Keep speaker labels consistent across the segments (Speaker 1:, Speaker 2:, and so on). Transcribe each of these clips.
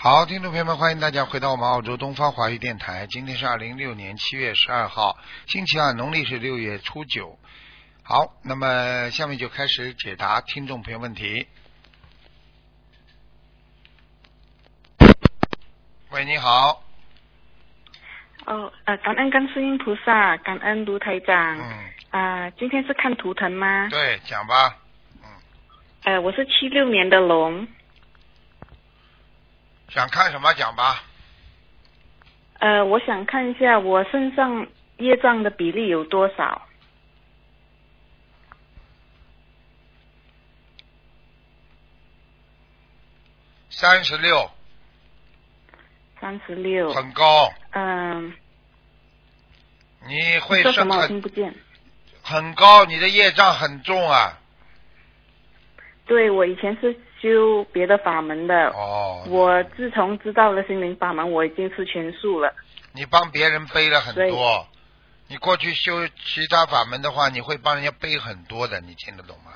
Speaker 1: 好，听众朋友们，欢迎大家回到我们澳洲东方华语电台。今天是二零一六年七月十二号，星期二，农历是六月初九。好，那么下面就开始解答听众朋友问题。喂，你好，
Speaker 2: 哦，呃，感恩观世音菩萨，感恩卢台长。
Speaker 1: 嗯，
Speaker 2: 啊、今天是看图腾吗？
Speaker 1: 对，讲吧。
Speaker 2: 呃，我是七六年的龙，
Speaker 1: 想看什么讲吧？
Speaker 2: 呃，我想看一下我身上业障的比例有多少。
Speaker 1: 三十六，
Speaker 2: 三十六。
Speaker 1: 很高。
Speaker 2: 嗯，
Speaker 1: 你会
Speaker 2: 你说什
Speaker 1: 生
Speaker 2: 么？我
Speaker 1: 很
Speaker 2: 听不见。
Speaker 1: 很高，你的业障很重啊。
Speaker 2: 对，我以前是修别的法门的。
Speaker 1: 哦，
Speaker 2: 我自从知道了心灵法门，我已经吃全素了。
Speaker 1: 你帮别人背了很
Speaker 2: 所以
Speaker 1: 多。你过去修其他法门的话，你会帮人家背很多的，你听得懂吗？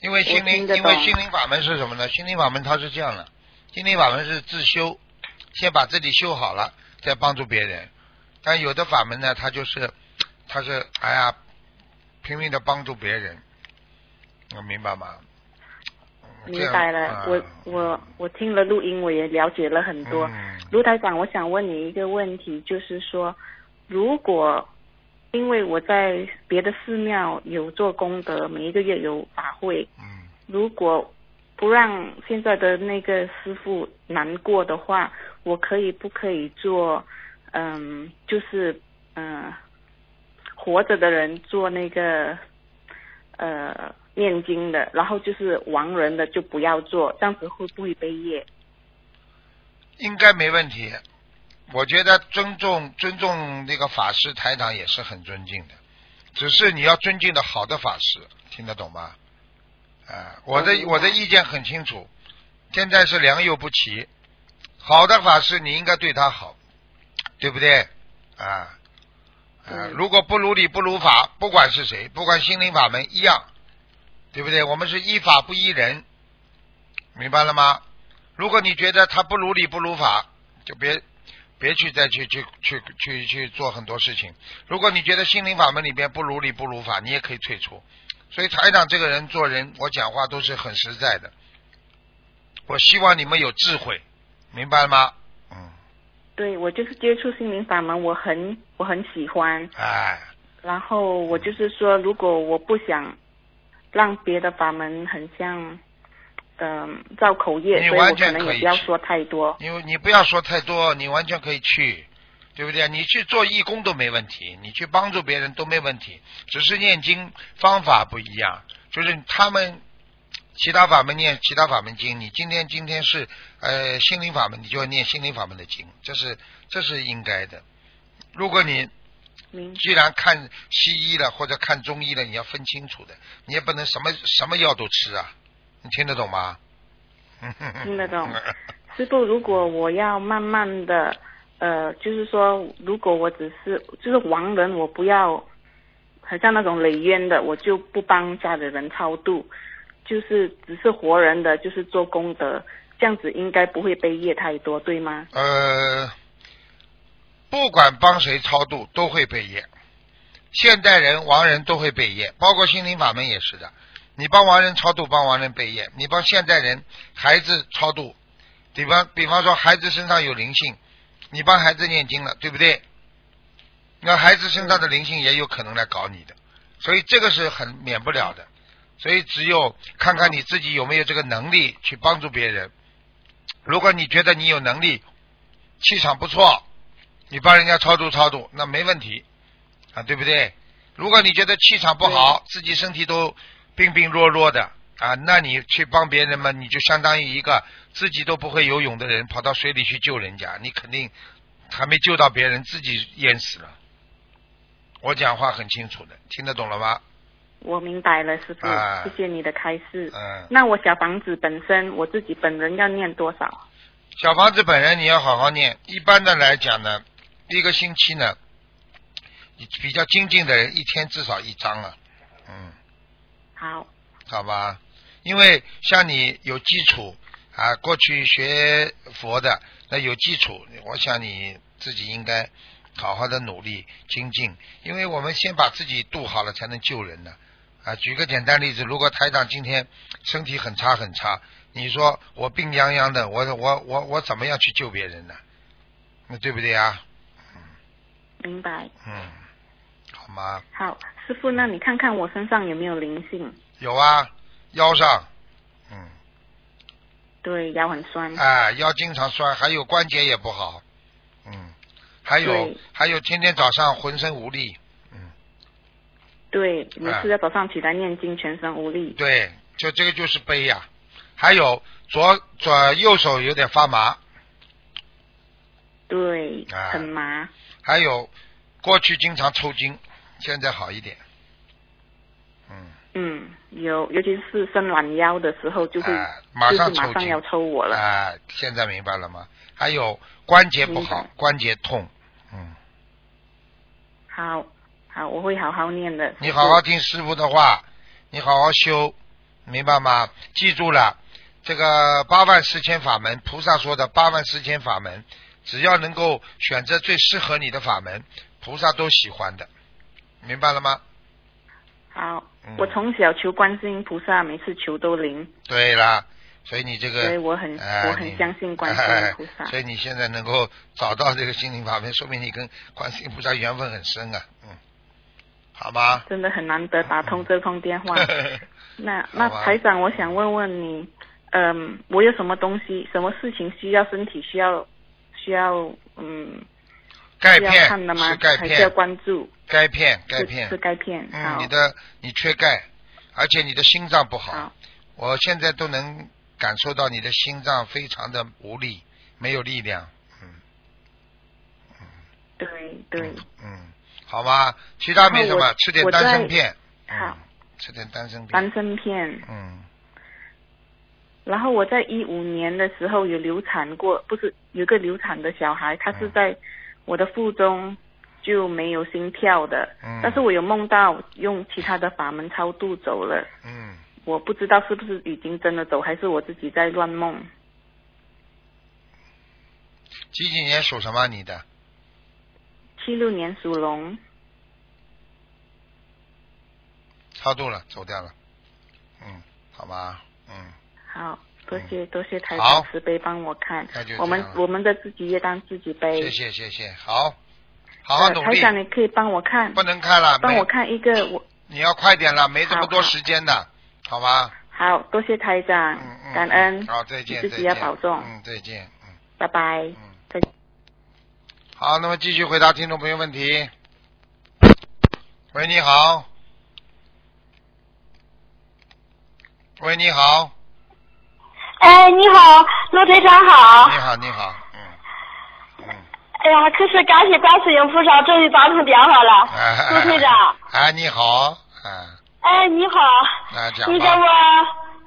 Speaker 1: 因为心
Speaker 2: 我
Speaker 1: 灵，
Speaker 2: 听得
Speaker 1: 因为
Speaker 2: 懂
Speaker 1: 心灵法门是什么呢？心灵法门它是这样的，心灵法门是自修，先把自己修好了，再帮助别人。但有的法门呢，它就是，它是哎呀，拼命的帮助别人，我明白吗？嗯
Speaker 2: 明
Speaker 1: 这样
Speaker 2: 白了，
Speaker 1: 啊
Speaker 2: 我我我听了录音，我也了解了很多。
Speaker 1: 嗯
Speaker 2: 卢台长，我想问你一个问题，就是说，如果因为我在别的寺庙有做功德，每一个月有法会，
Speaker 1: 嗯，
Speaker 2: 如果不让现在的那个师傅难过的话，我可以不可以做？嗯，就是嗯、呃活着的人做那个呃念经的，然后就是亡人的就不要做，这样子会不会被业？
Speaker 1: 应该没问题。我觉得尊重尊重那个法师台长也是很尊敬的，只是你要尊敬的好的法师，听得懂吗？啊，我的
Speaker 2: 我哦明白
Speaker 1: 我的意见很清楚，现在是良莠不齐，好的法师你应该对他好，对不对？啊啊
Speaker 2: 嗯，
Speaker 1: 如果不如理不如法，不管是谁，不管心灵法门一样，对不对？我们是依法不依人，明白了吗？如果你觉得他不如理不如法，就别别去再去去去去去做很多事情。如果你觉得心灵法门里边不如理不如法，你也可以退出。所以台长这个人做人，我讲话都是很实在的。我希望你们有智慧，明白吗？嗯，
Speaker 2: 对我就是接触心灵法门，我很我很喜欢，
Speaker 1: 哎，
Speaker 2: 然后我就是说，如果我不想让别的法门很像。嗯，造口业，
Speaker 1: 你
Speaker 2: 所以我
Speaker 1: 完全
Speaker 2: 可能
Speaker 1: 可以
Speaker 2: 也不要
Speaker 1: 去
Speaker 2: 说太多。
Speaker 1: 你你不要说太多，你完全可以去，对不对？你去做义工都没问题，你去帮助别人都没问题，只是念经方法不一样，就是他们其他法门念其他法门经，你今天今天是呃心灵法门，你就要念心灵法门的经，这是这是应该的。如果你
Speaker 2: 明
Speaker 1: 既然看西医了或者看中医了，你要分清楚的，你也不能什么什么药都吃啊，你听得懂吗？
Speaker 2: 听得懂师傅，如果我要慢慢的，呃，就是说，如果我只是就是亡人，我不要，很像那种累冤的，我就不帮家里人超度，就是只是活人的，就是做功德，这样子应该不会被业太多，对吗？
Speaker 1: 呃，不管帮谁超度都会被业，现代人亡人都会被业，包括心灵法门也是的。你帮亡人超度，帮亡人被业；你帮现代人孩子超度，比方比方说孩子身上有灵性，你帮孩子念经了，对不对？那孩子身上的灵性也有可能来搞你的，所以这个是很免不了的。所以只有看看你自己有没有这个能力去帮助别人。如果你觉得你有能力，气场不错，你帮人家超度超度，那没问题啊，对不对？如果你觉得气场不好，自己身体都病病弱弱的啊，那你去帮别人嘛，你就相当于一个自己都不会游泳的人跑到水里去救人家，你肯定还没救到别人，自己淹死了。我讲话很清楚的，听得懂了吗？
Speaker 2: 我明白了，师傅，
Speaker 1: 啊
Speaker 2: 谢谢你的开示。
Speaker 1: 嗯，
Speaker 2: 那我小房子本身，我自己本人要念多少？
Speaker 1: 小房子本人你要好好念。一般的来讲呢，一个星期呢，你比较精进的人一天至少一张啊，嗯，
Speaker 2: 好，
Speaker 1: 好吧？因为像你有基础，啊，过去学佛的，那有基础，我想你自己应该好好的努力精进，因为我们先把自己度好了，才能救人呢。啊，举个简单例子，如果台长今天身体很差很差，你说我病殃殃的，我我我我怎么样去救别人呢？那对不对啊？
Speaker 2: 明白。
Speaker 1: 嗯，好吗？
Speaker 2: 好，师傅，那你看看我身上有没有灵性？
Speaker 1: 有啊，腰上，嗯，
Speaker 2: 对，腰很酸。
Speaker 1: 哎，腰经常酸，还有关节也不好，嗯，还有
Speaker 2: 对
Speaker 1: 还有，天天早上浑身无力，
Speaker 2: 对，每
Speaker 1: 哎
Speaker 2: 次要早上起来念经，全身无力。
Speaker 1: 对，就这个就是背呀、还有左左右手有点发麻，
Speaker 2: 对，
Speaker 1: 哎
Speaker 2: 很麻。
Speaker 1: 还有过去经常抽筋，现在好一点，嗯，
Speaker 2: 嗯，有，尤其是伸懒腰的时候，就会、
Speaker 1: 哎马上
Speaker 2: 就是马
Speaker 1: 抽
Speaker 2: 上
Speaker 1: 筋
Speaker 2: 要抽我了。
Speaker 1: 哎，现在明白了吗？还有关节不好
Speaker 2: 明白，
Speaker 1: 关节痛，嗯，
Speaker 2: 好，好，我会好好念的。
Speaker 1: 你好好听师傅的话，你好好修，明白吗？记住了，这个八万四千法门，菩萨说的八万四千法门，只要能够选择最适合你的法门，菩萨都喜欢的，明白了吗？
Speaker 2: 好，
Speaker 1: 嗯
Speaker 2: 我从小求观世音菩萨，每次求都灵，
Speaker 1: 对啦，所以你这个，
Speaker 2: 所以我很、
Speaker 1: 哎
Speaker 2: 我很
Speaker 1: 你
Speaker 2: 相信观世音菩 萨。
Speaker 1: 哎所以你现在能够找到这个心灵法门，说明你跟观世音菩萨缘分很深啊，嗯，好吗？
Speaker 2: 真的很难得打通这通电 话。那那
Speaker 1: 好吧啊
Speaker 2: 台长，我想问问你，嗯，我有什么东西、什么事情需要身体需要需要嗯
Speaker 1: 钙
Speaker 2: 需要看的
Speaker 1: 片
Speaker 2: 吗
Speaker 1: 吃？钙
Speaker 2: 还是要
Speaker 1: 片，
Speaker 2: 关注？
Speaker 1: 钙片，钙
Speaker 2: 是
Speaker 1: 片
Speaker 2: 是，钙片。
Speaker 1: 嗯，
Speaker 2: 好
Speaker 1: 你的你缺钙，而且你的心脏不好，
Speaker 2: 好
Speaker 1: 我现在都能感受到你的心脏非常的无力，没有力量，嗯
Speaker 2: 对对、
Speaker 1: 嗯嗯，好吧，其他没什
Speaker 2: 然后
Speaker 1: 么
Speaker 2: 我，
Speaker 1: 吃点
Speaker 2: 我
Speaker 1: 丹参
Speaker 2: 在
Speaker 1: 片，嗯
Speaker 2: 好，
Speaker 1: 吃点丹参片，
Speaker 2: 丹参片。
Speaker 1: 嗯，
Speaker 2: 然后我在一五年的时候有流产过，不是有个流产的小孩，他是
Speaker 1: 嗯
Speaker 2: 在我的腹中就没有心跳的，
Speaker 1: 嗯
Speaker 2: 但是我有梦到用其他的法门超度走了，
Speaker 1: 嗯，
Speaker 2: 我不知道是不是已经真的走，还是我自己在乱梦。
Speaker 1: 几几年属什么？你的
Speaker 2: 七六年属龙，
Speaker 1: 超度了，走掉了，嗯，好吧，嗯，
Speaker 2: 好，多谢多谢台
Speaker 1: 好
Speaker 2: 长慈悲帮我看
Speaker 1: 嗯那就这，样
Speaker 2: 我们
Speaker 1: 了
Speaker 2: 我们的自己业当自己背。
Speaker 1: 谢谢谢谢，好，好好
Speaker 2: 呃
Speaker 1: 努
Speaker 2: 台
Speaker 1: 力，
Speaker 2: 长，你可以帮我看，
Speaker 1: 不能看了，
Speaker 2: 帮
Speaker 1: 没
Speaker 2: 我看一个我。
Speaker 1: 你要快点了，没这么
Speaker 2: 好
Speaker 1: 多
Speaker 2: 好
Speaker 1: 时间的，好吧？
Speaker 2: 好，多谢台长，
Speaker 1: 嗯嗯，
Speaker 2: 感恩，
Speaker 1: 好，再见，
Speaker 2: 你
Speaker 1: 再
Speaker 2: 自
Speaker 1: 见
Speaker 2: 己要保重，
Speaker 1: 嗯，再见，嗯
Speaker 2: 拜拜。
Speaker 1: 嗯。
Speaker 2: 再
Speaker 1: 好，那么继续回答听众朋友问题。喂，你好。喂，你好，
Speaker 3: 哎，你好，罗队长好
Speaker 1: 你。好，你好，嗯，嗯，
Speaker 3: 哎呀，可是感谢观世音菩萨，终于打通电话了
Speaker 1: 哎，，
Speaker 3: 罗队长。，
Speaker 1: 哎，你好，啊，
Speaker 3: 哎，你好，
Speaker 1: 那讲
Speaker 3: 你给
Speaker 1: 吧
Speaker 3: 我，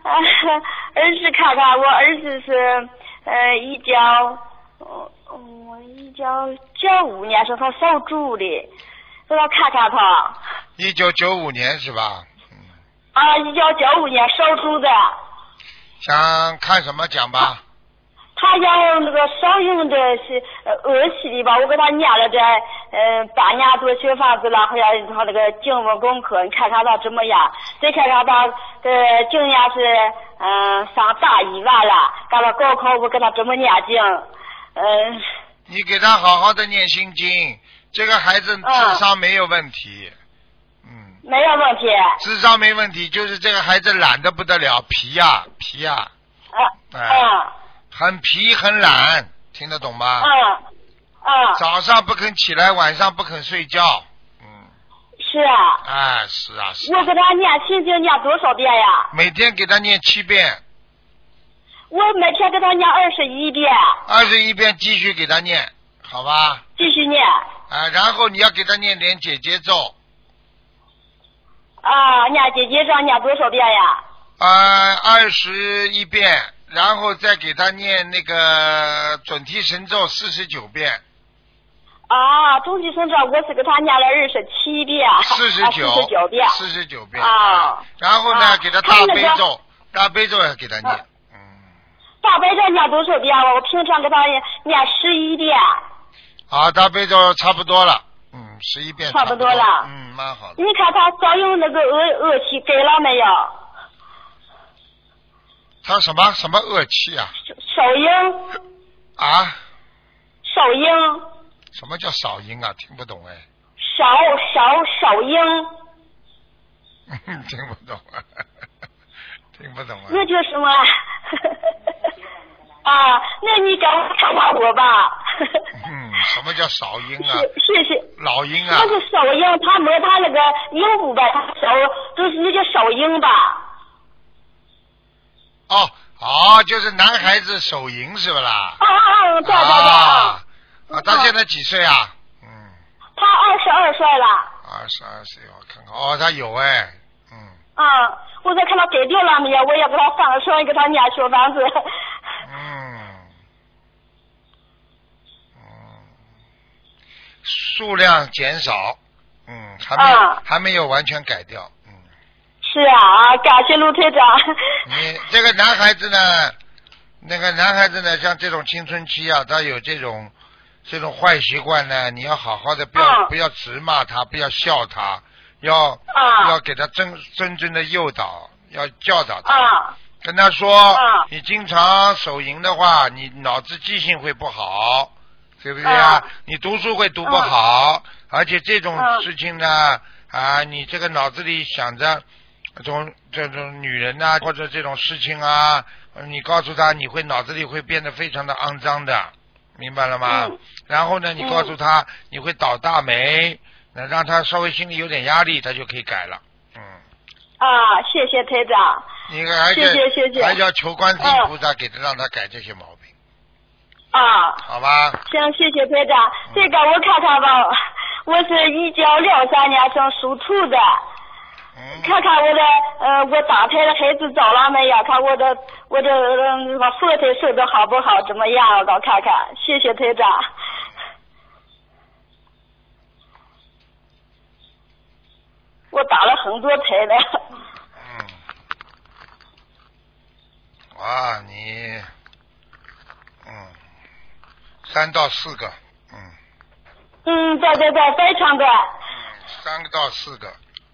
Speaker 3: 呃、儿子看看，我儿子是呃一九，呃我一九九五年是他手住的，我要看看他。
Speaker 1: 一九九五年是吧？嗯，
Speaker 3: 啊，一九九五年手住的，
Speaker 1: 想看什么讲吧？
Speaker 3: 他要那个少用的是呃恶习的吧，我给他念了这呃半年多小房子了，还要他那个经文功课，你看看他怎么样？再看看他呃今年是嗯、呃上大一完了，干了高考我给他怎么念经？嗯、
Speaker 1: 你给他好好的念心经，这个孩
Speaker 2: 嗯
Speaker 1: 子智商没有问题，嗯，
Speaker 3: 没有问题。
Speaker 1: 智商没问题，就是这个孩子懒得不得了，皮呀、皮呀、
Speaker 3: 嗯
Speaker 1: 哎
Speaker 3: 嗯
Speaker 1: 很皮很懒，听得懂吗？
Speaker 3: 嗯嗯，
Speaker 1: 早上不肯起来，晚上不肯睡觉，嗯，
Speaker 3: 是啊，
Speaker 1: 哎，是啊，是啊
Speaker 3: 我给他念心经念多少遍呀？
Speaker 1: 每天给他念七遍，
Speaker 3: 我每天给他念二十一遍，
Speaker 1: 二十一遍继续给他念，好吧？
Speaker 3: 继续念。
Speaker 1: 啊，然后你要给他念点姐姐咒，
Speaker 3: 啊，念姐姐上念多少遍呀？
Speaker 1: 呃，二十一遍，然后再给他念那个准提神咒四十九遍，
Speaker 3: 啊，中级生长我是给他念了二十七遍，
Speaker 1: 四十
Speaker 3: 啊四十九遍，
Speaker 1: 四十九遍
Speaker 3: 啊
Speaker 1: 然后呢，
Speaker 3: 啊
Speaker 1: 给他大
Speaker 3: 他那
Speaker 1: 悲
Speaker 3: 个
Speaker 1: 咒，大悲咒也给他念，嗯，
Speaker 3: 大悲咒念多少遍了？我平常给他念十一遍。
Speaker 1: 啊，大悲咒差不多了，嗯，十一遍
Speaker 3: 差
Speaker 1: 不
Speaker 3: 不多了
Speaker 1: 嗯，蛮好的。
Speaker 3: 你看他烧用那个恶恶气给了没有？
Speaker 1: 他什么什么恶气啊？
Speaker 3: 手鹰，
Speaker 1: 啊？
Speaker 3: 手鹰，
Speaker 1: 什么叫少阴啊？听不懂哎，
Speaker 3: 手手手鹰，
Speaker 1: 听不懂，啊，听不懂啊。
Speaker 3: 那就是嘛。 啊，那你赶快看看我吧。
Speaker 1: 嗯，什么叫少阴啊？
Speaker 3: 谢谢谢。
Speaker 1: 老阴啊
Speaker 3: 那？个手鹰，他摸他那个鹦鹉吧，他手就是那叫手鹰吧？
Speaker 1: 哦哦，就是男孩子手淫是不啦？
Speaker 3: 啊啊啊！对对对啊！
Speaker 1: 啊啊！他现在几岁啊？嗯，
Speaker 3: 他二十二岁了，
Speaker 1: 二十二岁，我看看。哦，他有哎，嗯
Speaker 3: 啊，我再看他给定了没有，我也给他放个生，给他念小房子。
Speaker 1: 嗯嗯，数量减少，嗯，还没、
Speaker 3: 啊
Speaker 1: 还没有完全改掉，嗯。
Speaker 3: 是啊，啊感谢陆队长。
Speaker 1: 你这个男孩子呢，那个男孩子呢，像这种青春期啊，他有这种这种坏习惯呢，你要好好的，不要、
Speaker 3: 嗯
Speaker 1: 不要直骂他，不要笑他，要、
Speaker 3: 啊
Speaker 1: 要给他真真正的诱导，要教导他，
Speaker 3: 啊
Speaker 1: 跟他说，
Speaker 3: 嗯
Speaker 1: 你经常手淫的话，你脑子记性会不好，对不对啊？
Speaker 3: 嗯
Speaker 1: 你读书会读不好，而且这种
Speaker 3: 嗯
Speaker 1: 事情呢，啊，你这个脑子里想着这种这种女人呐、或者这种事情啊，你告诉他，你会脑子里会变得非常的肮脏的，明白了吗？
Speaker 3: 嗯
Speaker 1: 然后呢，你告诉他、你会倒大霉，那让他稍微心里有点压力，他就可以改了。嗯，
Speaker 3: 啊！谢谢队长。
Speaker 1: 你而且
Speaker 3: 谢谢谢谢哦
Speaker 1: 还要求观世音菩萨给他让他改这些毛病，
Speaker 3: 啊，
Speaker 1: 好吧？
Speaker 3: 行，谢谢队长。这个我看看吧，我是一九六三年生属兔的，
Speaker 1: 嗯，
Speaker 3: 看看我的呃，我打胎的孩子走了没有？看我的呃我的嗯，我佛腿修的好不好？怎么样？我看看。谢谢队长。我打了很多胎了，
Speaker 1: 嗯，哇，你，嗯，三到四个，嗯，
Speaker 3: 嗯，对对对，非常对，
Speaker 1: 三个到四个，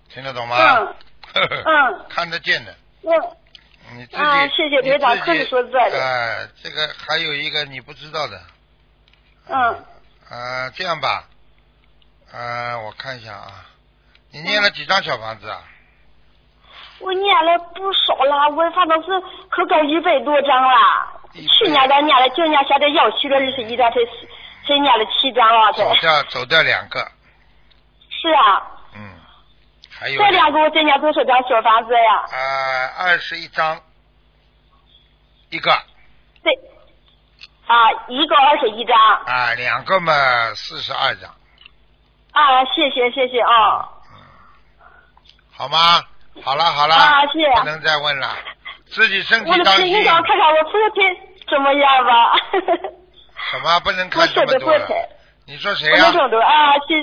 Speaker 1: 听得懂吗？
Speaker 3: 嗯
Speaker 1: 呵呵
Speaker 3: 嗯
Speaker 1: 看得见的，
Speaker 3: 嗯。
Speaker 1: 你自己，
Speaker 3: 啊谢谢别打
Speaker 1: 你自
Speaker 3: 客
Speaker 1: 己
Speaker 3: 气说对了
Speaker 1: 哎、这个还有一个你不知道的，
Speaker 3: 嗯，
Speaker 1: 呃，这样吧，呃，我看一下啊，你念了几张小房子啊？
Speaker 3: 我念了不少了，我反正是可够一百多张了。
Speaker 1: 一百
Speaker 3: 去年的念了，今年现在又去了二十一张，才才念了七张了，才
Speaker 1: 走掉走掉两个，
Speaker 3: 是啊。
Speaker 1: 嗯，还有
Speaker 3: 这两个我再念多少张小房子呀？
Speaker 1: 呃二十一张，一个
Speaker 3: 对，啊，一个二十一张。
Speaker 1: 啊、两个嘛四十二张，
Speaker 3: 啊，谢谢谢谢哦。
Speaker 1: 嗯好吗？好了好了，
Speaker 3: 啊是
Speaker 1: 不能再问了，自己身体
Speaker 3: 我的
Speaker 1: 嗯当
Speaker 3: 平
Speaker 1: 心啊
Speaker 3: 平，长看看我昨天怎么样吧。
Speaker 1: 什么不能
Speaker 3: 我
Speaker 1: 看这
Speaker 3: 说
Speaker 1: 么
Speaker 3: 的
Speaker 1: 多
Speaker 3: 过
Speaker 1: 了
Speaker 3: 程，？
Speaker 1: 你说谁
Speaker 3: 我
Speaker 1: 呀、
Speaker 3: 的程度啊，谢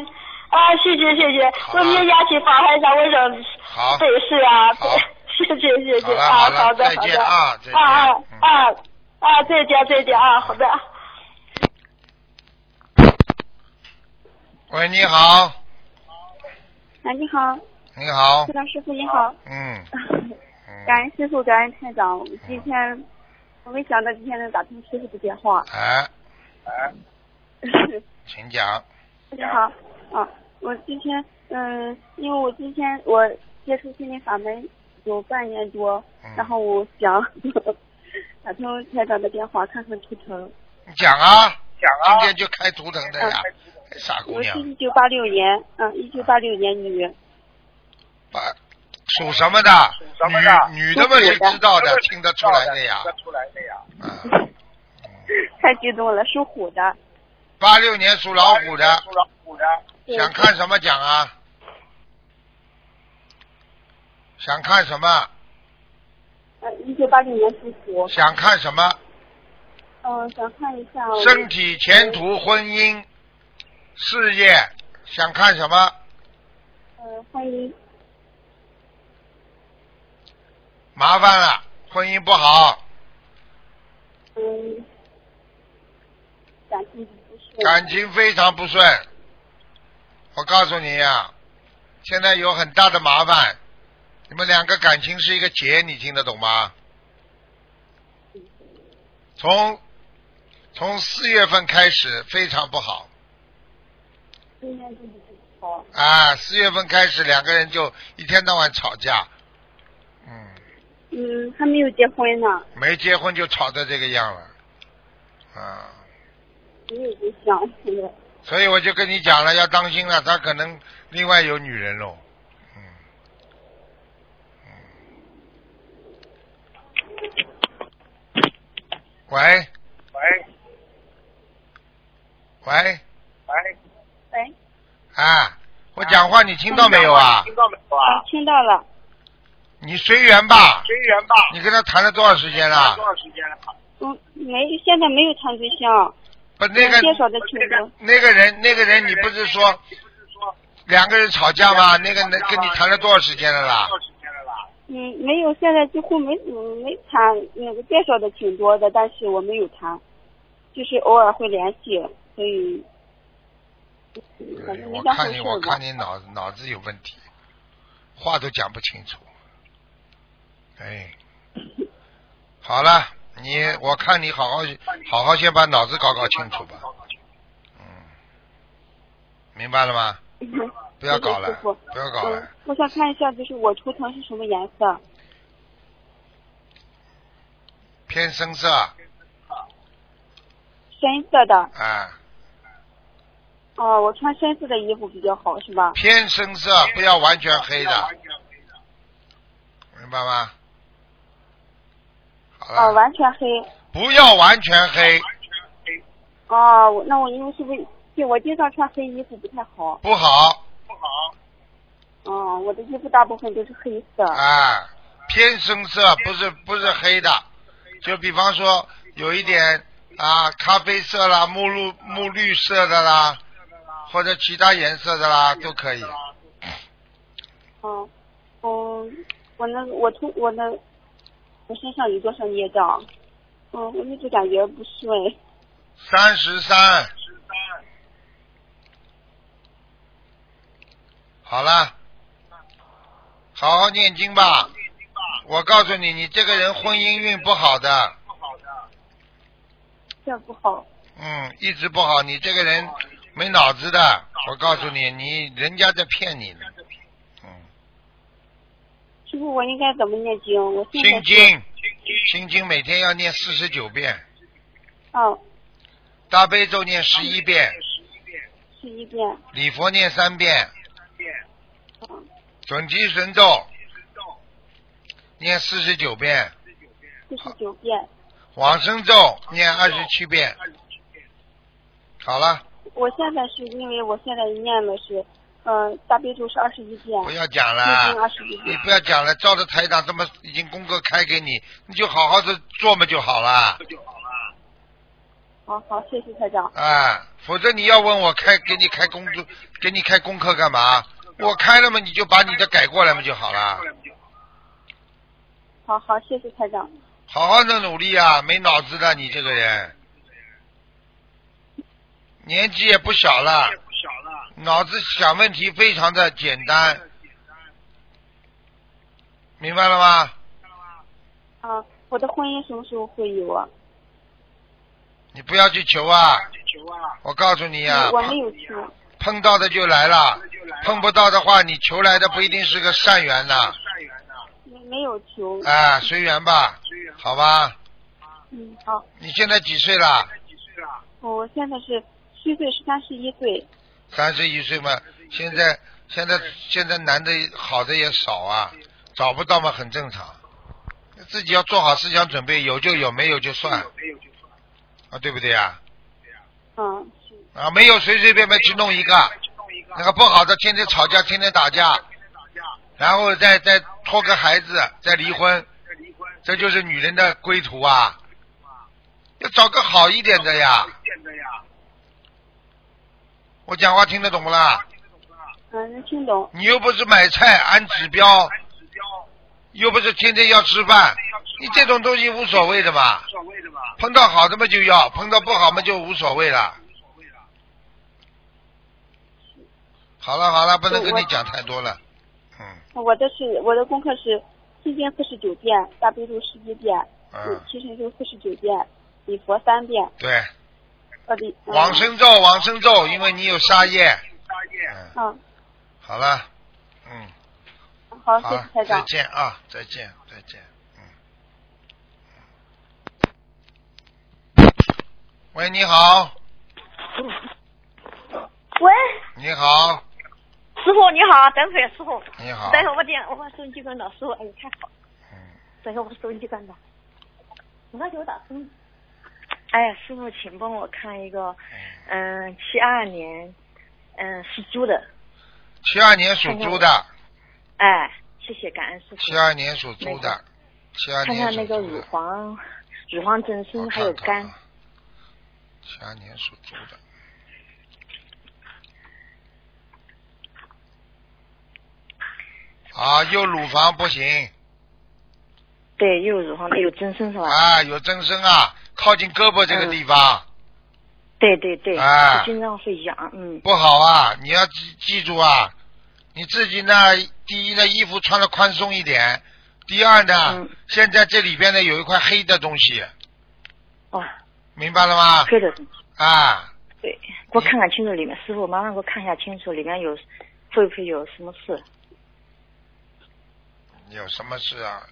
Speaker 3: 啊，谢谢谢谢，
Speaker 1: 好
Speaker 3: 我
Speaker 1: 啊
Speaker 3: 明天去发还上我扔。
Speaker 1: 好，
Speaker 3: 对，是啊，
Speaker 1: 好
Speaker 3: 谢谢谢
Speaker 1: 好
Speaker 3: 谢
Speaker 1: 了
Speaker 3: 啊，
Speaker 1: 好了
Speaker 3: 好的
Speaker 1: 再
Speaker 3: 好
Speaker 1: 见
Speaker 3: 的
Speaker 1: 啊再见
Speaker 3: 啊
Speaker 1: 嗯
Speaker 3: 啊啊啊，再见再见啊，好的。
Speaker 1: 喂，你好，
Speaker 4: 哎，你好，
Speaker 1: 你哦好
Speaker 4: 队，长师傅你好，
Speaker 1: 嗯，嗯
Speaker 4: 感恩师傅，感恩台长。我今天我没想到今天能打通师傅的电话。
Speaker 1: 哎，请讲，
Speaker 4: 你好，啊，我今天嗯，因为我今天我接触心灵法门有半年多，
Speaker 1: 嗯
Speaker 4: 然后我想 打通台长的电话看看图腾。
Speaker 1: 你讲啊，讲啊，今天就开图腾的呀，
Speaker 3: 嗯
Speaker 1: 傻姑
Speaker 4: 我是
Speaker 1: 娘，
Speaker 4: 一九八六年，嗯，一九八六年女，
Speaker 1: 嗯把啊属什么的？
Speaker 5: 什么的
Speaker 1: 女女的嘛
Speaker 4: 属
Speaker 1: 是
Speaker 4: 虎的
Speaker 1: 知道的，听得出来的呀
Speaker 5: 听。得出来的呀。
Speaker 1: 嗯，
Speaker 4: 太激动了，属虎的。
Speaker 1: 八六年属老虎的，
Speaker 5: 属老虎的，
Speaker 4: 对
Speaker 1: 想看什么讲啊？想看什么？
Speaker 4: 嗯，一九八六年属虎。
Speaker 1: 想看什么？
Speaker 4: 嗯，想看一下。
Speaker 1: 身体、前途、婚姻、事业，想看什么？
Speaker 4: 嗯，欢迎。
Speaker 1: 麻烦了，婚姻不好，
Speaker 4: 嗯
Speaker 1: 感情非常不顺。我告诉你呀、现在有很大的麻烦，你们两个感情是一个结，你听得懂吗？从从四月份开始非常不好
Speaker 4: 对面对面好，
Speaker 1: 啊，四月份开始两个人就一天到晚吵架，嗯，
Speaker 4: 嗯，还没有结婚呢，
Speaker 1: 没结婚就吵得这个样了，啊，
Speaker 4: 没有对象，现在
Speaker 1: 所以我就跟你讲了，要当心了，他可能另外有女人喽。嗯嗯喂
Speaker 5: 喂
Speaker 1: 喂
Speaker 5: 喂，
Speaker 4: 喂，
Speaker 1: 啊！我讲话你听到没有啊？
Speaker 5: 听到没有
Speaker 4: 啊
Speaker 5: 啊？
Speaker 4: 听到了，
Speaker 1: 你随缘吧。
Speaker 5: 随缘吧。
Speaker 1: 你啊跟他谈了多少时间了
Speaker 5: 多？少时间了？
Speaker 4: 嗯，没，现在没有谈对象，嗯
Speaker 1: 不，那个
Speaker 4: 介绍的挺多，
Speaker 1: 那个人，那个人，哎你不是说
Speaker 5: 你不是说
Speaker 1: 两个人吵架吗？那个人跟你谈了多少时间了啦
Speaker 5: 多？少时间了啦？
Speaker 4: 嗯，没有，现在几乎没嗯没谈，那个介绍的挺多的，但是我没有谈，就是偶尔会联系，所以，嗯反正没
Speaker 1: 我
Speaker 4: 当回
Speaker 1: 看你，
Speaker 4: 事
Speaker 1: 我
Speaker 4: 儿吧
Speaker 1: 看。你脑脑子有问题，话都讲不清楚。 哎，好了，你我看你好好好好先把脑子搞搞清楚吧。嗯，明白了吗？
Speaker 4: 嗯
Speaker 1: 不要搞了
Speaker 4: 谢谢师，傅
Speaker 1: 不要搞了
Speaker 4: 嗯。，我想看一下，就是我图腾是什么颜色？
Speaker 1: 偏深色啊
Speaker 4: 深色的。
Speaker 1: 啊，
Speaker 4: 哦，我穿深色的衣服比较好，是吧？
Speaker 1: 偏深色，不要完全黑的，明白吗？好
Speaker 4: 哦，
Speaker 1: 了，
Speaker 4: 完全黑。
Speaker 1: 不要完全黑，
Speaker 4: 哦，我那我因为是不是对我经常穿黑衣服不太好？
Speaker 1: 不好
Speaker 5: 不好，
Speaker 4: 嗯，我的衣服大部分都是黑色。
Speaker 1: 啊，偏深色不是不是黑的，就比方说有一点啊咖啡色啦、木绿木绿色的啦，或者其他颜色的啦都可以。
Speaker 4: 嗯，嗯，我那我图我那我身上有多少孽障？嗯，我一直感觉不顺。
Speaker 1: 三十三，
Speaker 5: 十三，
Speaker 1: 好了，好好念经吧。我告诉你，你这个人婚姻运不好的，
Speaker 5: 不好的，
Speaker 4: 这不好。
Speaker 1: 嗯，一直不好。你这个人没脑子的，我告诉你，你人家在骗你呢。嗯，
Speaker 4: 师傅，我应该怎么念经？我现在
Speaker 1: 心
Speaker 4: 是
Speaker 1: 经，心经每天要念四十九遍，
Speaker 4: 嗯
Speaker 1: 大悲咒念十一遍，
Speaker 5: 十一遍，
Speaker 4: 十一遍，哦
Speaker 1: 礼佛念三遍，
Speaker 5: 三遍，
Speaker 1: 准提神咒
Speaker 5: 十咒，
Speaker 1: 念四十九遍，
Speaker 5: 十九遍，
Speaker 4: 四十九遍。
Speaker 1: 往生咒念二十七遍。
Speaker 5: 二十七遍，
Speaker 1: 好了，
Speaker 4: 我现在是因为我现在念的是，呃，大悲咒是二十一遍，
Speaker 1: 不要讲
Speaker 4: 心嗯经二
Speaker 1: 了，
Speaker 4: 十一遍
Speaker 1: 你。不要讲了，照着台长这么已经功课开给你，你就好好的做嘛就好了
Speaker 5: 这。就好了。
Speaker 4: 好哦好，谢谢台长。
Speaker 1: 啊，否则你要问我开给你开工作，给你开功课干嘛？我开了嘛，你就把你的改过来嘛就好了
Speaker 5: 后。来不就好了。
Speaker 4: 好好，谢谢台长。
Speaker 1: 好好的努力啊，没脑子的你这个人，年纪也不小了
Speaker 5: 也，不小了，
Speaker 1: 脑子想问题非常的简单，
Speaker 5: 简单，
Speaker 1: 明白了吗？
Speaker 4: 啊，我的婚姻什么时候会有啊？
Speaker 1: 你不要去求啊，
Speaker 5: 去求啊，
Speaker 1: 我告诉你啊，
Speaker 4: 我没
Speaker 1: 碰
Speaker 4: 有去。
Speaker 1: 碰到的就来了
Speaker 5: 那，就来
Speaker 1: 碰不到的话，你求来的不一定是个善缘呐、
Speaker 5: 善缘呐，
Speaker 4: 没没有求。
Speaker 1: 啊，随缘吧，
Speaker 5: 随缘。
Speaker 1: 好吧？
Speaker 4: 嗯，好，
Speaker 1: 你现在几岁了？
Speaker 5: 才几岁了？
Speaker 4: 我现在是虚岁是三十一岁。
Speaker 1: 三十一岁嘛，现在现在现在男的好的也少啊，找不到嘛很正常，自己要做好思想准备，有就有，没有就算
Speaker 5: 有没有就算。
Speaker 1: 啊，对不对啊？
Speaker 4: 嗯，是
Speaker 1: 啊，没有随随便便去弄一个，
Speaker 5: 去弄一个，
Speaker 1: 那个不好的天天吵架，天天打架，
Speaker 5: 天天打架，
Speaker 1: 然后再再拖个孩子，再离婚，
Speaker 5: 再离婚，
Speaker 1: 这就是女人的归途啊！要找个好一点的呀！
Speaker 5: 现在呀，
Speaker 1: 我讲话听得懂不啦？
Speaker 5: 听得懂吗？
Speaker 4: 嗯，能听懂。
Speaker 1: 你又不是买菜按指标，
Speaker 5: 按指标，
Speaker 1: 又不是天天要吃饭，你这种东西无所谓的嘛。
Speaker 5: 无所谓的吧，
Speaker 1: 碰到好的嘛就要，碰到不好嘛就无所谓了，
Speaker 5: 无所谓的。
Speaker 1: 好了好了，不能跟你讲太多了。嗯
Speaker 4: 我的是我的功课是心经四十九遍，大悲咒十一遍，
Speaker 1: 嗯，
Speaker 4: 七神咒四十九遍，礼佛三遍，
Speaker 1: 对，
Speaker 4: 呃礼。嗯
Speaker 1: 往生咒往生咒，因为你有沙业。
Speaker 5: 大爷。
Speaker 1: 嗯，
Speaker 4: 嗯，
Speaker 1: 好了，嗯，
Speaker 4: 好，谢
Speaker 1: 好
Speaker 4: 谢
Speaker 1: 了再
Speaker 4: 台，长。
Speaker 1: 见啊，再见再见，嗯。嗯喂，你好，
Speaker 6: 喂，
Speaker 1: 你好，
Speaker 6: 师傅你好，等会儿师傅，
Speaker 1: 你好，
Speaker 6: 等会儿我点我把收音机关了，师傅，哎，太好了，
Speaker 1: 嗯，
Speaker 6: 等会儿我把收音机关了，你快给我打收音。哎，师傅，请帮我看一个，嗯，七二年，嗯，属猪的，
Speaker 1: 七二年属猪的，
Speaker 6: 哎，谢谢，感恩师
Speaker 1: 七
Speaker 6: 傅。
Speaker 1: 二年属猪的，七二
Speaker 6: 看
Speaker 1: 年
Speaker 6: 看那
Speaker 1: 属
Speaker 6: 个
Speaker 1: 猪
Speaker 6: 乳
Speaker 1: 的，
Speaker 6: 房，乳房增生
Speaker 1: 我
Speaker 6: 还有
Speaker 1: 看看
Speaker 6: 肝，
Speaker 1: 啊，七二年属猪的，啊，右乳房不行
Speaker 6: 对，右乳房有增生是吧？
Speaker 1: 啊，有增生啊，靠近胳膊这个地方。
Speaker 6: 对对对，
Speaker 1: 哎
Speaker 6: 经常会痒，嗯，
Speaker 1: 不好啊！你要记记住啊，你自己呢，第一呢，衣服穿的宽松一点；第二呢，
Speaker 6: 嗯
Speaker 1: 现在这里边呢有一块黑的东西，
Speaker 6: 哦，
Speaker 1: 啊明白了吗？
Speaker 6: 黑的东西。
Speaker 1: 啊，
Speaker 6: 对，给我看看清楚里面，师傅，麻烦给我看一下清楚里面有会不会有什么事？
Speaker 1: 有什么事啊？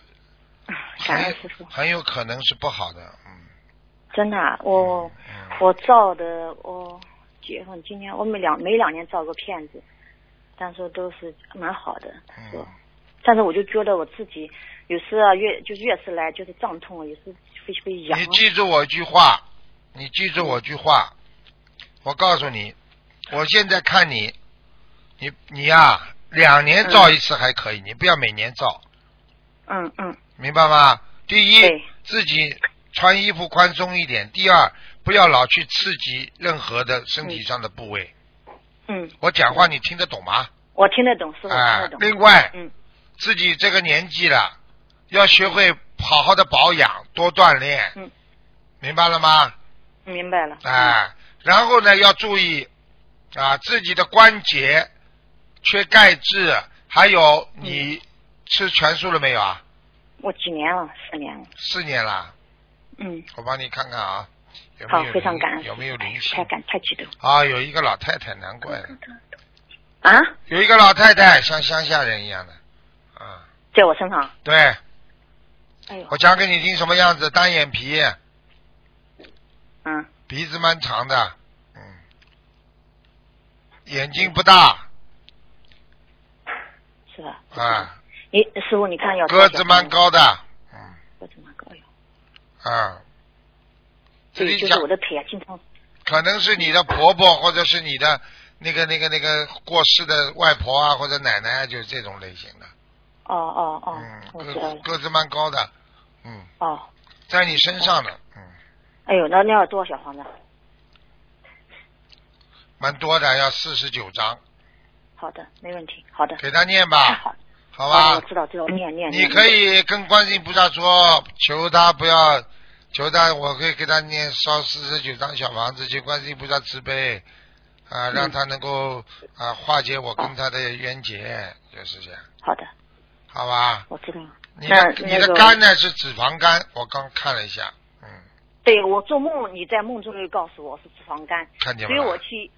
Speaker 6: 感
Speaker 1: 很
Speaker 6: 恩师傅，
Speaker 1: 很有可能是不好的，嗯
Speaker 6: 真的啊、我
Speaker 1: 嗯，
Speaker 6: 我照的，我几月份？今年我每两每两年照个片子，但是都是蛮好的。他说，
Speaker 1: 嗯
Speaker 6: 但是我就觉得我自己有时啊，越就越是来就是胀痛，有时会会痒
Speaker 1: 你。记住我一句话，你记住我一句话，我告诉你，我现在看你，你你呀、两年照一次还可以，你不要每年照。
Speaker 6: 嗯嗯，
Speaker 1: 明白吗？第一
Speaker 6: 对，
Speaker 1: 自己穿衣服宽松一点；第二，不要老去刺激任何的身体上的部位。
Speaker 6: 嗯，
Speaker 1: 我讲话你听得懂吗？
Speaker 6: 我听得懂，师傅听
Speaker 1: 哎
Speaker 6: 得，懂。
Speaker 1: 另外，
Speaker 6: 嗯
Speaker 1: 自己这个年纪了，要学会好好的保养，多锻炼。
Speaker 6: 嗯
Speaker 1: 明白了吗？
Speaker 6: 明白了。
Speaker 1: 哎，然后呢，要注意啊，自己的关节缺钙质，还有
Speaker 6: 嗯
Speaker 1: 你吃全素了没有啊？
Speaker 6: 我几年了？四年了。
Speaker 1: 四年了。
Speaker 6: 嗯，
Speaker 1: 我帮你看看啊，有没
Speaker 6: 好
Speaker 1: 有，
Speaker 6: 非常
Speaker 1: 灵
Speaker 6: 感恩。
Speaker 1: 有没有灵
Speaker 6: 太
Speaker 1: 性
Speaker 6: 感嗯太激动
Speaker 1: 啊？有一个老太太，难怪了，
Speaker 6: 啊，
Speaker 1: 有一个老太太像乡下人一样的，啊，
Speaker 6: 在我身上。
Speaker 1: 对
Speaker 6: 哎呦，
Speaker 1: 我讲给你听什么样子，单眼皮，
Speaker 6: 嗯。
Speaker 1: 鼻子蛮长的，嗯，眼睛不大
Speaker 6: 是吧？
Speaker 1: 啊，
Speaker 6: 你师傅，你看要
Speaker 1: 个子蛮，高的，嗯
Speaker 6: 个子蛮高哟。
Speaker 1: 啊，这
Speaker 6: 对，
Speaker 1: 里
Speaker 6: 就
Speaker 1: 讲
Speaker 6: 是我的腿啊，经常
Speaker 1: 可能是你的婆婆或者是你的那个那个那个过世的外婆啊或者奶奶啊，就是这种类型的，
Speaker 6: 哦哦哦，
Speaker 1: 嗯，
Speaker 6: 我知道
Speaker 1: 个
Speaker 6: 了。
Speaker 1: 个子蛮高的，嗯。
Speaker 6: 哦，
Speaker 1: 在你身上的，嗯，
Speaker 6: 哎呦，那那要多少小房子？
Speaker 1: 蛮多的，要四十九章，
Speaker 6: 好的，没问题。好的，
Speaker 1: 给他念
Speaker 6: 太
Speaker 1: 吧，
Speaker 6: 好了。
Speaker 1: 啊好
Speaker 6: 好的
Speaker 1: 吧
Speaker 6: 我？知道，知道，念念。
Speaker 1: 你
Speaker 6: 念
Speaker 1: 可。以跟观世音菩萨说，求他不要，求他，我可以给他念烧四十九张小房子，求观世音菩萨慈悲，啊，让他能够啊化解我跟他的冤结，就是这样，
Speaker 6: 好的，
Speaker 1: 好吧？
Speaker 6: 我知道。
Speaker 1: 你的
Speaker 6: 那
Speaker 1: 你的
Speaker 6: 那个
Speaker 1: 肝呢是脂肪肝，我刚看了一下，嗯，
Speaker 6: 对我做梦，你在梦中就告诉我是脂肪肝，
Speaker 1: 看见
Speaker 6: 所
Speaker 1: 没
Speaker 6: 以我
Speaker 1: 有？
Speaker 6: 去。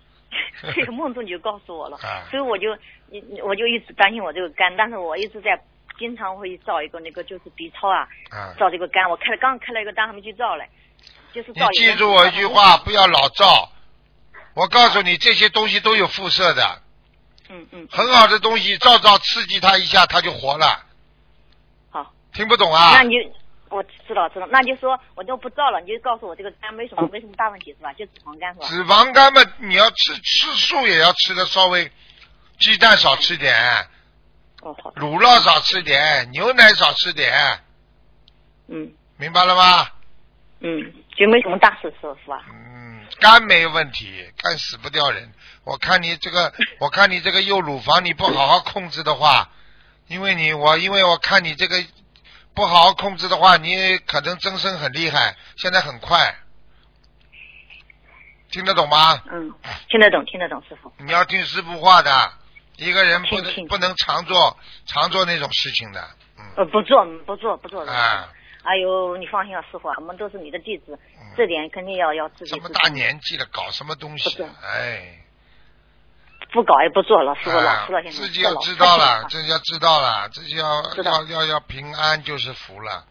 Speaker 6: 这个梦中你就告诉我了
Speaker 1: 啊，
Speaker 6: 所以我就，你你我就一直担心我这个肝，但是我一直在经常会照一个那个就是 B 超啊，
Speaker 1: 啊，
Speaker 6: 照这个肝，我开了刚开了一个单，还没去照嘞，就是
Speaker 1: 你
Speaker 6: 照。
Speaker 1: 记住我一句话，，不要老照。我告诉你，这些东西都有辐射的，
Speaker 6: 嗯嗯，
Speaker 1: 很好的东西，照照刺激他一下，他就活了。
Speaker 6: 好，
Speaker 1: 听不懂啊
Speaker 6: 那？你就我知道知道，那就说我就不照了，你就告诉我这个肝没什么
Speaker 1: 嗯
Speaker 6: 没什么大问题是吧？就脂肪肝是吧？
Speaker 1: 脂肪肝嘛，你要吃吃素也要吃的稍微，鸡蛋少吃点，
Speaker 6: 哦，好的，
Speaker 1: 乳酪少吃点，牛奶少吃点，
Speaker 6: 嗯
Speaker 1: 明白了吗？
Speaker 6: 嗯，就没什么大事是是吧？
Speaker 1: 嗯，肝没问题，肝死不掉人。我看你这 个，我看你这个右乳房你不好好控制的话，因为你我因为我看你这个不好好控制的话，你可能增生很厉害，现在很快，听得懂吗？
Speaker 6: 嗯，听得懂听得懂，师傅。
Speaker 1: 你要听师傅话的，一个人不
Speaker 6: 请
Speaker 1: 能
Speaker 6: 请
Speaker 1: 不能常做常做那种事情的，嗯
Speaker 6: 呃，不做不做不做了。
Speaker 1: 啊，
Speaker 6: 哎呦，你放心啊，师傅啊，我们都是你的弟子，这点肯定要要自己
Speaker 1: 这嗯
Speaker 6: 注
Speaker 1: 么
Speaker 6: 意
Speaker 1: 大年纪了，搞什么东西
Speaker 6: 不
Speaker 1: 啊
Speaker 6: 是？
Speaker 1: 哎，
Speaker 6: 不搞也不做了，师傅老
Speaker 1: 啊
Speaker 6: 实了，现在
Speaker 1: 自己
Speaker 6: 这
Speaker 1: 要
Speaker 6: 老
Speaker 1: 知
Speaker 6: 太
Speaker 1: 道
Speaker 6: 太
Speaker 1: 了，自己要知道了，自己要
Speaker 6: 知
Speaker 1: 要
Speaker 6: 道
Speaker 1: 要要平安就是福了。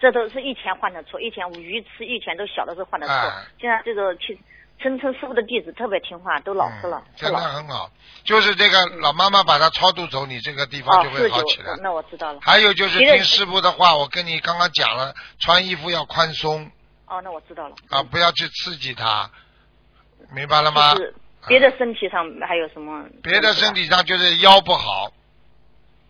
Speaker 6: 这都是以前犯的错，以前我愚痴，以前都小的时候犯的错
Speaker 1: 哎，
Speaker 6: 现在这个其实陈陈师傅的弟子特别听话，都老实了
Speaker 1: 嗯，
Speaker 6: 特
Speaker 1: 真的
Speaker 6: 老实。
Speaker 1: 很好。就是这个老妈妈把她超度走，你这个地方
Speaker 6: 哦
Speaker 1: 就，会
Speaker 6: 是
Speaker 1: 好起来
Speaker 6: 就。那我知道了。
Speaker 1: 还有就是
Speaker 6: 别人
Speaker 1: 听师傅的话，我跟你刚刚讲了，穿衣服要宽松
Speaker 6: 哦，那我知道了。
Speaker 1: 啊，不要去刺激他，明白了吗
Speaker 6: 就？是别的身体上还有什么？
Speaker 1: 啊别的身。体上就是腰不好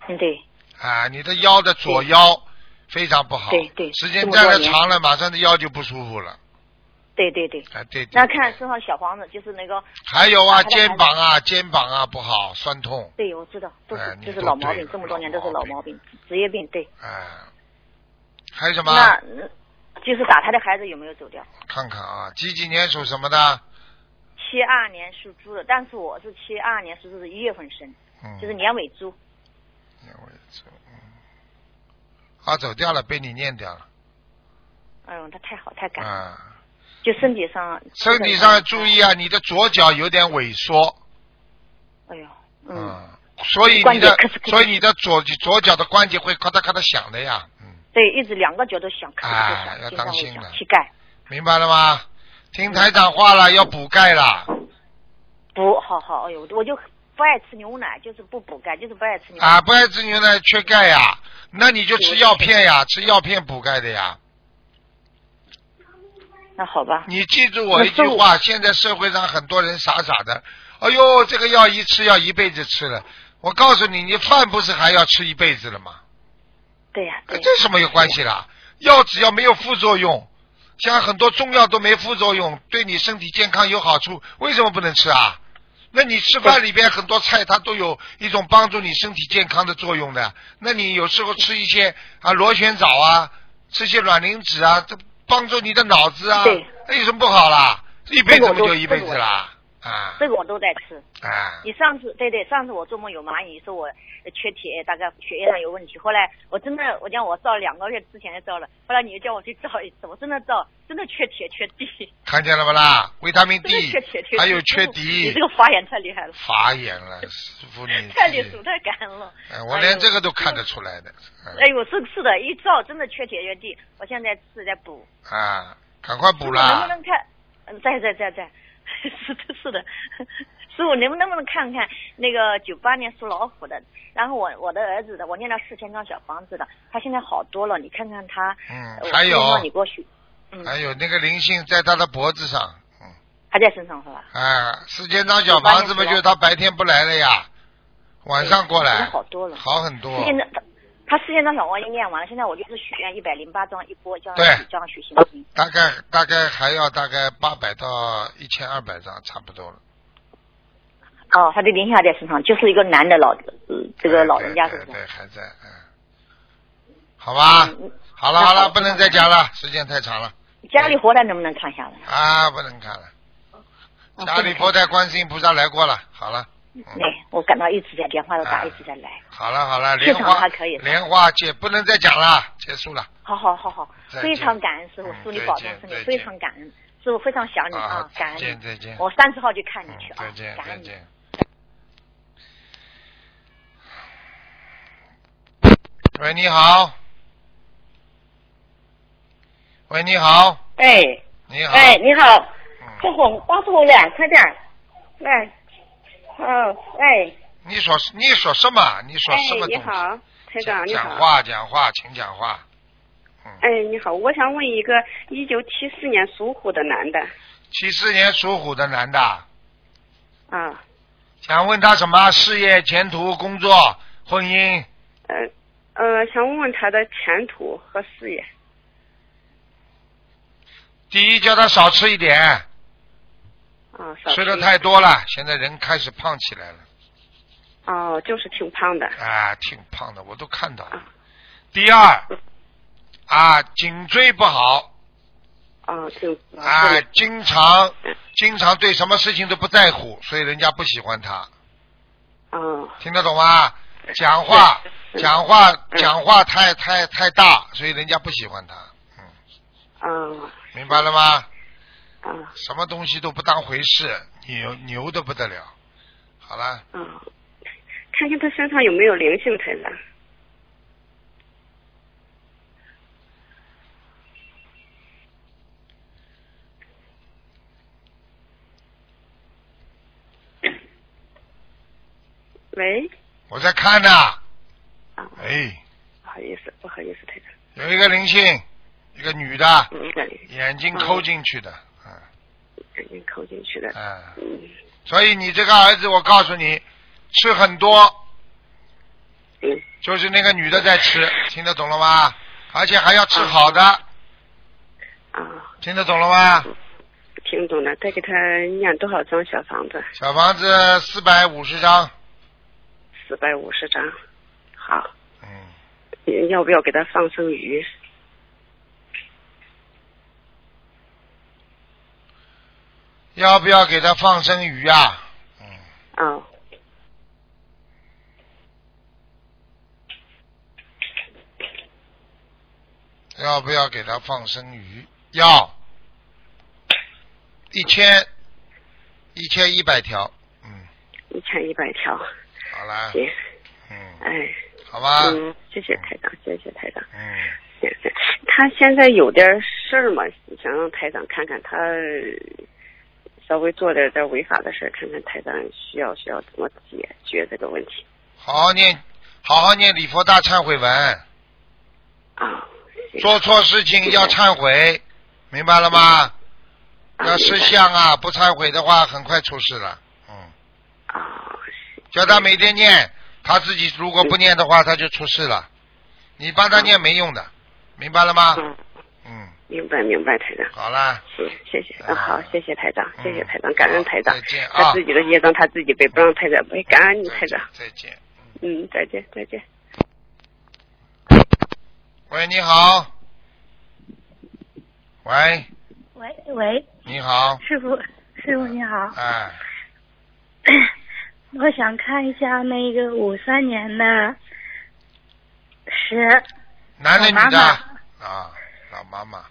Speaker 6: 嗯，对，
Speaker 1: 啊，你的腰的左腰非常不好，
Speaker 6: 对对
Speaker 1: 时间
Speaker 6: 这么
Speaker 1: 站
Speaker 6: 多
Speaker 1: 的
Speaker 6: 年
Speaker 1: 长了，马上的腰就不舒服了。
Speaker 6: 对对对。
Speaker 1: 啊，对对。
Speaker 6: 那看身上小房子，就是那个，
Speaker 1: 还有啊，
Speaker 6: 还在
Speaker 1: 肩膀啊，肩膀啊不好，酸痛，
Speaker 6: 对，我知道，都是
Speaker 1: 哎你
Speaker 6: 就是
Speaker 1: 都
Speaker 6: 老毛
Speaker 1: 对
Speaker 6: 病
Speaker 1: 了，
Speaker 6: 这么多年都是
Speaker 1: 老
Speaker 6: 老
Speaker 1: 毛
Speaker 6: 毛病，职业病，对。
Speaker 1: 啊。还有什么？
Speaker 6: 那嗯就是打胎的孩子有没有走掉？
Speaker 1: 看看啊，几几年属什么的？
Speaker 6: 七二年属猪的，但是我是七二年属猪的一月份生，
Speaker 1: 嗯，
Speaker 6: 就是年尾猪。
Speaker 1: 年尾走，嗯，啊，走掉了，被你念掉了，
Speaker 6: 哎呦，他太好太感人了，
Speaker 1: 啊，
Speaker 6: 就身体上。
Speaker 1: 身体上注意啊，你的左脚有点萎缩，
Speaker 6: 哎呦，嗯，
Speaker 1: 嗯，所以你
Speaker 6: 关节
Speaker 1: 的
Speaker 6: 咔哧咔，哧
Speaker 1: 所以你的左左脚的关节会咔嗒咔嗒响的呀，嗯，
Speaker 6: 对，一直两个脚都响，咔咔咔
Speaker 1: 哎要
Speaker 6: 响，经
Speaker 1: 当
Speaker 6: 常会
Speaker 1: 心
Speaker 6: 响
Speaker 1: 了，
Speaker 6: 膝盖
Speaker 1: 明白了吗？听台长话了，要补钙了，
Speaker 6: 补，好好，哎呦，我就不爱吃牛奶，就是不补钙，就是不爱吃牛奶。
Speaker 1: 啊，不爱吃牛奶缺钙呀，那你就吃
Speaker 6: 对
Speaker 1: 药片呀，吃药片补钙的呀。
Speaker 6: 那好吧，
Speaker 1: 你记住我
Speaker 6: 那
Speaker 1: 一句
Speaker 6: 中午
Speaker 1: 话，现在社会上很多人傻傻的，哎呦，这个药一吃要一辈子吃了。我告诉你，你饭不是还要吃一辈子了吗？
Speaker 6: 对呀、
Speaker 1: 跟
Speaker 6: 对，
Speaker 1: 这什么有关系啦？药只要没有副作用，像很多中药都没副作用，对你身体健康有好处，为什么不能吃啊？那你吃饭里边很多菜，它都有一种帮助你身体健康的作用的。那你有时候吃一些啊螺旋藻啊，吃些卵磷脂啊，这帮助你的脑子啊
Speaker 6: 对，
Speaker 1: 那有什么不好啦？一辈子
Speaker 6: 这个
Speaker 1: 不就
Speaker 6: 我都
Speaker 1: 一辈子啦？啊
Speaker 6: 这个我都在吃。
Speaker 1: 啊！
Speaker 6: 你上次对对，上次我做梦有蚂蚁，说我呃缺铁，大概血液上有问题。后来我真的，我讲我照两个月之前就照了，后来你又叫我去照一次，我真的照，真的缺铁缺 D，
Speaker 1: 看见了不啦？维他命
Speaker 6: 真的
Speaker 1: D
Speaker 6: 缺铁缺 D。
Speaker 1: 还有缺
Speaker 6: 你
Speaker 1: 碘
Speaker 6: 这，个发言太厉害了，
Speaker 1: 发炎了，师傅你
Speaker 6: 太
Speaker 1: 自
Speaker 6: 厉
Speaker 1: 己
Speaker 6: 害了，太感恩了。
Speaker 1: 哎，我
Speaker 6: 哎
Speaker 1: 连
Speaker 6: 呦
Speaker 1: 这个都看得出来的。嗯
Speaker 6: 哎呦，是是的，一照真的缺铁缺 D，我现在是在补。
Speaker 1: 哎啊，赶快补
Speaker 6: 能不
Speaker 1: 啦！
Speaker 6: 能看？嗯，在在在 在，是的，是的。 师傅，能不能不能看看那个九八年属老虎的？然后我我的儿子的，我念了四千张小房子的，他现在好多了，你看看他。
Speaker 1: 嗯
Speaker 6: 呃
Speaker 1: 还有
Speaker 6: 我希望你给我许，嗯，
Speaker 1: 还有那个灵性在他的脖子上，嗯，
Speaker 6: 还在身上是吧？
Speaker 1: 啊，四千张小房子嘛，就是他白天不来了呀，晚上过
Speaker 6: 对现
Speaker 1: 来
Speaker 6: 哎
Speaker 1: 哦
Speaker 6: 在，好多了。
Speaker 1: 好很
Speaker 6: 四
Speaker 1: 多。
Speaker 6: 千张，他他四千张小房子已经念完了，现在我就是许愿一百零八张一波，这样
Speaker 1: 对
Speaker 6: 许这样许行不行？
Speaker 1: 大概大概还要大概八百到一千二百张，差不多了。
Speaker 6: 哦，他的灵性还在身上，就是一个男的老，呃这个老人家是
Speaker 1: 对
Speaker 6: 不
Speaker 1: 对对，
Speaker 6: 是？
Speaker 1: 还在，嗯，好吧
Speaker 6: 嗯，
Speaker 1: 好了好
Speaker 6: 那
Speaker 1: 了，
Speaker 6: 好
Speaker 1: 不能再讲了，时间太长了
Speaker 6: 家里活的能不能看一下子？
Speaker 1: 啊，不能看了。
Speaker 6: 哦
Speaker 1: 家里佛台观世音菩萨来过了，好了，嗯
Speaker 6: 对，我感到一直在电话都打，
Speaker 1: 啊
Speaker 6: 一直在来。
Speaker 1: 好了好了，
Speaker 6: 市
Speaker 1: 莲
Speaker 6: 场
Speaker 1: 花
Speaker 6: 还可以
Speaker 1: 莲花姐不能再讲了，结束了。
Speaker 6: 好好好好
Speaker 1: 再，见
Speaker 6: 非常感恩师傅
Speaker 1: 嗯，
Speaker 6: 祝你
Speaker 1: 再
Speaker 6: 保重
Speaker 1: 见
Speaker 6: 身体
Speaker 1: 再，见
Speaker 6: 非常感恩师傅，非常想你啊，
Speaker 1: 再
Speaker 6: 感恩
Speaker 1: 见
Speaker 6: 你。
Speaker 1: 再见。
Speaker 6: 我三十号就看你
Speaker 1: 嗯
Speaker 6: 去啊
Speaker 1: 再见，
Speaker 6: 感
Speaker 1: 再
Speaker 6: 恩你。
Speaker 1: 见。喂，你好。喂，你好，
Speaker 7: 哎
Speaker 1: 你好。
Speaker 7: 哎，你好，这
Speaker 1: 嗯，
Speaker 7: 红帮助我俩，快点儿，来，哦，哎
Speaker 1: 你说你说什么？你说
Speaker 7: 哎
Speaker 1: 什么，东
Speaker 7: 你
Speaker 1: 西？
Speaker 7: 好，台长你
Speaker 1: 讲
Speaker 7: 好，
Speaker 1: 话讲话，请讲话。嗯，
Speaker 7: 哎你好，我想问一个一九七四年属虎的男的
Speaker 1: 七四年属虎的男的，
Speaker 7: 啊，
Speaker 1: 想问他什么？事业、前途、工作、婚姻？
Speaker 7: 呃呃，想问问他的前途和事业，
Speaker 1: 第一，叫他少吃一点，
Speaker 7: 啊，少
Speaker 1: 吃的太多了，现在人开始胖起来了。
Speaker 7: 哦，就是挺胖的，
Speaker 1: 啊，挺胖的，我都看到了。第二，啊，颈椎不好，
Speaker 7: 哦，挺
Speaker 1: 啊，经常经常对什么事情都不在乎，所以人家不喜欢他。
Speaker 7: 嗯，
Speaker 1: 听得懂吗？讲话
Speaker 7: 嗯
Speaker 1: 讲话
Speaker 7: 嗯
Speaker 1: 讲话太太太大，所以人家不喜欢他，
Speaker 7: 嗯，
Speaker 1: 明白了吗？
Speaker 7: 嗯，
Speaker 1: 什么东西都不当回事，牛牛的不得了。好了，
Speaker 7: 嗯，看看他身上有没有灵性才长。喂，
Speaker 1: 我在看呢、
Speaker 7: 啊，
Speaker 1: 哎，
Speaker 7: 不好意思，不好意思，台长，
Speaker 1: 有一个灵性，一个女的，
Speaker 7: 嗯，感觉
Speaker 1: 眼睛抠进去的，嗯
Speaker 7: 感觉扣进去的，
Speaker 1: 嗯，
Speaker 7: 嗯
Speaker 1: 所以你这个儿子，我告诉你，吃很多，
Speaker 7: 嗯
Speaker 1: 就是那个女的在吃，听得懂了吗？而且还要吃好的，
Speaker 7: 啊，
Speaker 1: 听得懂了吗？
Speaker 7: 听懂了，再给他念多少张小房子？
Speaker 1: 小房子四百五十张，
Speaker 7: 四百五十张，好，
Speaker 1: 嗯，
Speaker 7: 你要不要给他放生鱼？
Speaker 1: 要不要给他放生鱼啊？嗯，
Speaker 7: 啊、
Speaker 1: 要不要给他放生鱼？要，一千，一千一百条，嗯，
Speaker 7: 一千一百条，
Speaker 1: 好啦，
Speaker 7: 行，
Speaker 1: 嗯，
Speaker 7: 哎，
Speaker 1: 好吧，
Speaker 7: 嗯，谢谢台长，谢谢台长，
Speaker 1: 嗯，
Speaker 7: 行行，他现在有点事儿嘛，想让台长看看他呃稍微做点点违法的事儿，看看台长需要需要怎么解决这个问题
Speaker 1: 好好念，好好念礼佛大忏悔文，
Speaker 7: 啊。行
Speaker 1: 做错事情要忏悔，明白了吗？
Speaker 7: 啊
Speaker 1: 要吃
Speaker 7: 明白
Speaker 1: 香啊，不忏悔的话，很快出事了，嗯，
Speaker 7: 啊，行
Speaker 1: 叫他每天念，他自己如果不念的话，他就出事了，你帮他念没用的，明白了吗？
Speaker 7: 嗯，
Speaker 1: 嗯，
Speaker 7: 明白明白，台长，
Speaker 1: 好啦。
Speaker 7: 行，谢谢，
Speaker 1: 啊
Speaker 7: 嗯，好，谢谢台长，
Speaker 1: 嗯
Speaker 7: 谢谢台长，感恩台长
Speaker 1: 好再，见啊
Speaker 7: 他自己的业障他自己背，不让台长背，感恩你
Speaker 1: 再
Speaker 7: 台
Speaker 1: 见
Speaker 7: 长，
Speaker 1: 再见。
Speaker 7: 嗯，再见再见。
Speaker 1: 喂，你好。喂，
Speaker 8: 喂喂，
Speaker 1: 你好。
Speaker 8: 师傅，师傅你好，
Speaker 1: 哎，
Speaker 8: 我想看一下那个五三年的蛇，
Speaker 1: 男的
Speaker 8: 老妈
Speaker 1: 女的？
Speaker 8: 妈
Speaker 1: 啊，老妈妈，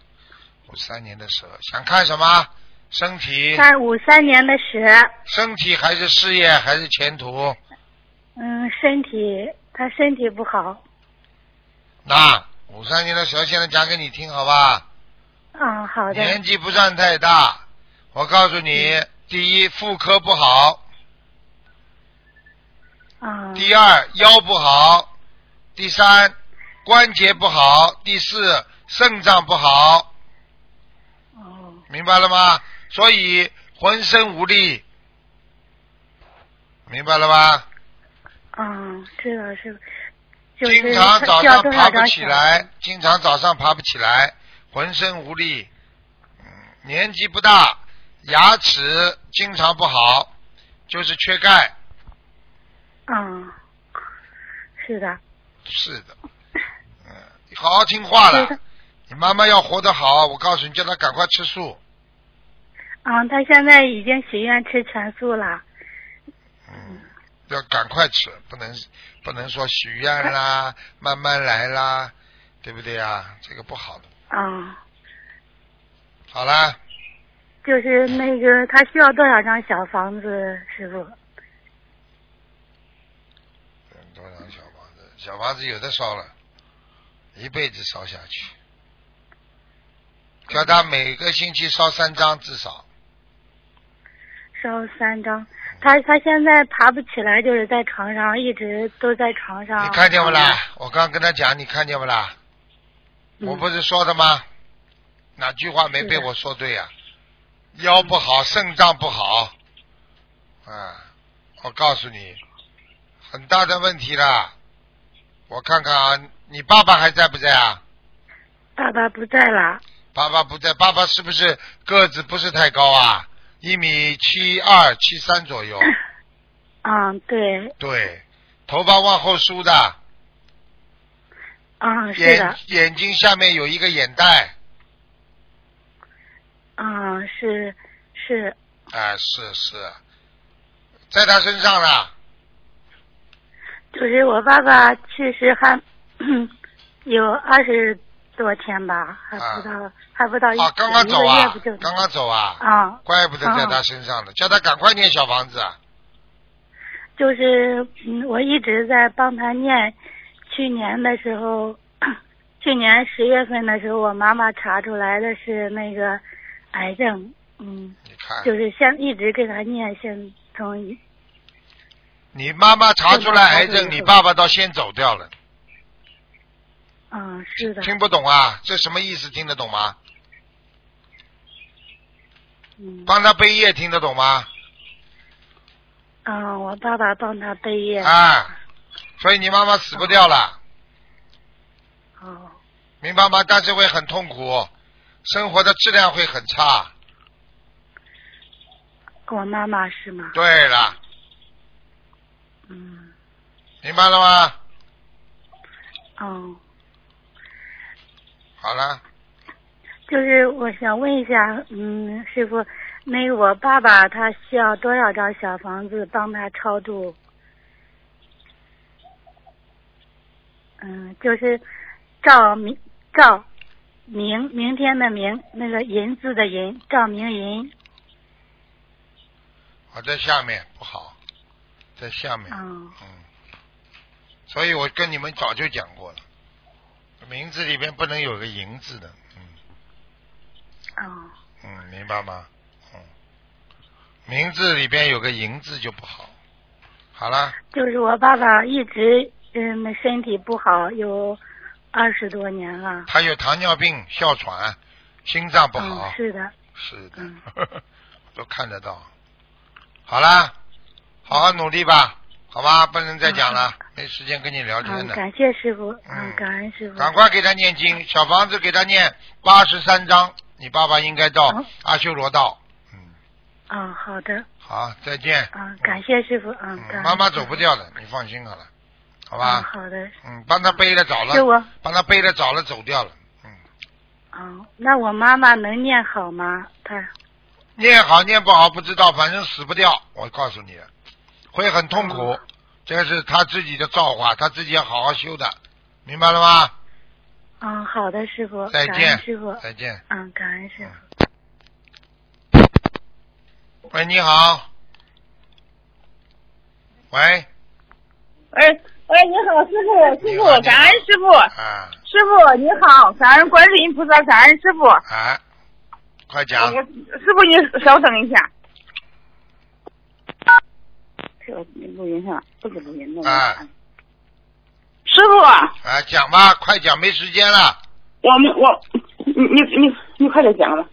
Speaker 1: 五三年的蛇，想看什么？身体、
Speaker 8: 看五三年的蛇，
Speaker 1: 身体还是事业还是前途？
Speaker 8: 嗯，身体他身体不好
Speaker 1: 那五三年的蛇现在讲给你听，好吧？
Speaker 8: 啊、嗯，好的，嗯
Speaker 1: 年纪不算太大，我告诉你，第一妇科不好，
Speaker 8: 啊、嗯，
Speaker 1: 第二腰不好，第三关节不好，第四肾脏不好，
Speaker 8: 哦，
Speaker 1: 明白了吗？所以浑身无力，明白了吧？
Speaker 8: 嗯，知道师傅，就是
Speaker 1: 经常早
Speaker 8: 需要
Speaker 1: 上
Speaker 8: 多
Speaker 1: 爬
Speaker 8: 少
Speaker 1: 不
Speaker 8: 张
Speaker 1: 起
Speaker 8: 小
Speaker 1: 来，经常早上爬不起来，浑身无力，嗯，年纪不大，牙齿经常不好，就是缺钙，
Speaker 8: 嗯，是的，
Speaker 1: 是的，嗯，你好好听话
Speaker 8: 对
Speaker 1: 了
Speaker 8: 的，
Speaker 1: 你妈妈要活得好，我告诉你，叫她赶快吃素，
Speaker 8: 嗯，他现在已经许愿吃全素了，
Speaker 1: 嗯，要赶快吃，不能不能说许愿啦，慢慢来啦，对不对啊？这个不好的。
Speaker 8: 嗯，
Speaker 1: 好啦，
Speaker 8: 就是那个他需要多少张小房子，师傅？
Speaker 1: 嗯多少小房子？小房子有的烧了，一辈子烧下去。叫他每个星期烧三张至少，
Speaker 8: 烧三张，他他现在爬不起来，就是在床上，一直都在床上。
Speaker 1: 你看见不啦？我刚跟他讲，你看见不啦？
Speaker 8: 嗯
Speaker 1: 我不是说的吗？哪句话没被我说对呀、腰不好，肾脏不好，啊，我告诉你，很大的问题啦。我看看啊，你爸爸还在不在啊？
Speaker 8: 爸爸不在了，
Speaker 1: 爸爸不在，爸爸是不是个子不是太高啊？一米七二、七三左 右，
Speaker 8: 嗯，对，
Speaker 1: 对，头发往后梳的，
Speaker 8: 嗯，哦是
Speaker 1: 眼
Speaker 8: 的，
Speaker 1: 眼睛下面有一个眼袋，
Speaker 8: 嗯，是是，
Speaker 1: 啊、是是，在他身上了，
Speaker 8: 就是我爸爸去世还 有二十多天吧，还不到、还不到一
Speaker 1: 啊，刚刚走
Speaker 8: 哎一个
Speaker 1: 啊
Speaker 8: 月不就，
Speaker 1: 刚刚走啊，
Speaker 8: 啊，
Speaker 1: 怪不得在
Speaker 8: 啊
Speaker 1: 他身上呢，叫他赶快念小房子啊。
Speaker 8: 就是嗯，我一直在帮他念。去年的时候，去年十月份的时候，我妈妈查出来的是那个癌症，嗯，
Speaker 1: 你看，
Speaker 8: 就是现一直给他念，现从一
Speaker 1: 你妈妈查出来癌症，你爸爸倒先走掉了，
Speaker 8: 嗯是的，
Speaker 1: 听不懂啊？这什么意思？听得懂吗？
Speaker 8: 嗯
Speaker 1: 帮他背业听得懂吗？
Speaker 8: 嗯，我爸爸帮他背业，
Speaker 1: 啊，所以你妈妈死不掉了，
Speaker 8: 哦，
Speaker 1: 明白吗？但是会很痛苦，生活的质量会很差。
Speaker 8: 我妈妈是吗？
Speaker 1: 对了，
Speaker 8: 嗯，
Speaker 1: 明白了吗？
Speaker 8: 哦。
Speaker 1: 好了，
Speaker 8: 就是我想问一下，嗯，师傅，那个我爸爸他需要多少张小房子帮他超度？嗯，就是赵明赵明明天的明，那个银字的银，赵明银。
Speaker 1: 我在下面不好，在下面，
Speaker 8: 嗯
Speaker 1: 嗯，所以我跟你们早就讲过了，名字里边不能有个“银”字的，嗯。
Speaker 8: 哦
Speaker 1: 嗯，明白吗？嗯，名字里边有个“银”字就不好。好了，
Speaker 8: 就是我爸爸一直嗯身体不好，有二十多年了。
Speaker 1: 他有糖尿病、哮喘、心脏不
Speaker 8: 嗯
Speaker 1: 好，，
Speaker 8: 是的，
Speaker 1: 是的
Speaker 8: 嗯，
Speaker 1: 都看得到。好啦，好好努力吧，好吧，不能再讲了，没时间跟你聊天
Speaker 8: 嗯，
Speaker 1: 了。
Speaker 8: 感谢师傅，
Speaker 1: 嗯
Speaker 8: 嗯，感恩师傅。
Speaker 1: 赶快给他念经，小房子给他念八十三章，你爸爸应该到
Speaker 8: 好
Speaker 1: 阿修罗道。嗯，
Speaker 8: 嗯，好的，
Speaker 1: 好，再见。
Speaker 8: 嗯，感谢师傅，嗯，感
Speaker 1: 嗯，
Speaker 8: 恩
Speaker 1: 妈妈
Speaker 8: 师
Speaker 1: 走
Speaker 8: 傅
Speaker 1: 不掉的，你放心好了，好吧？
Speaker 8: 嗯好的，
Speaker 1: 嗯，帮他背的早
Speaker 8: 是
Speaker 1: 了，
Speaker 8: 我，
Speaker 1: 帮他背的早了，走掉了。嗯，
Speaker 8: 嗯，那我妈妈能念好吗？她，
Speaker 1: 念好念不好不知道，反正死不掉。我告诉你，会很痛苦，
Speaker 8: 嗯
Speaker 1: 这个是他自己的造化，他自己要好好修的，明白了吗？
Speaker 8: 嗯，好的，师傅，
Speaker 1: 再
Speaker 8: 感恩
Speaker 1: 见
Speaker 8: 师傅，
Speaker 1: 再见。
Speaker 8: 嗯，感恩师傅。
Speaker 1: 喂，你好。喂，
Speaker 9: 喂喂，你好，师傅，师
Speaker 1: 你
Speaker 9: 傅
Speaker 1: 好，
Speaker 9: 感恩师傅，
Speaker 1: 啊
Speaker 9: 师傅你好，感恩观世音菩萨，感恩师傅。
Speaker 1: 啊，快讲
Speaker 9: 我，师傅你稍等一下。这个录音上不是录音那个
Speaker 1: 啊
Speaker 9: 师傅，
Speaker 1: 啊，讲吧，快讲，没时间了。
Speaker 9: 我们啊我你你你你快点讲吧。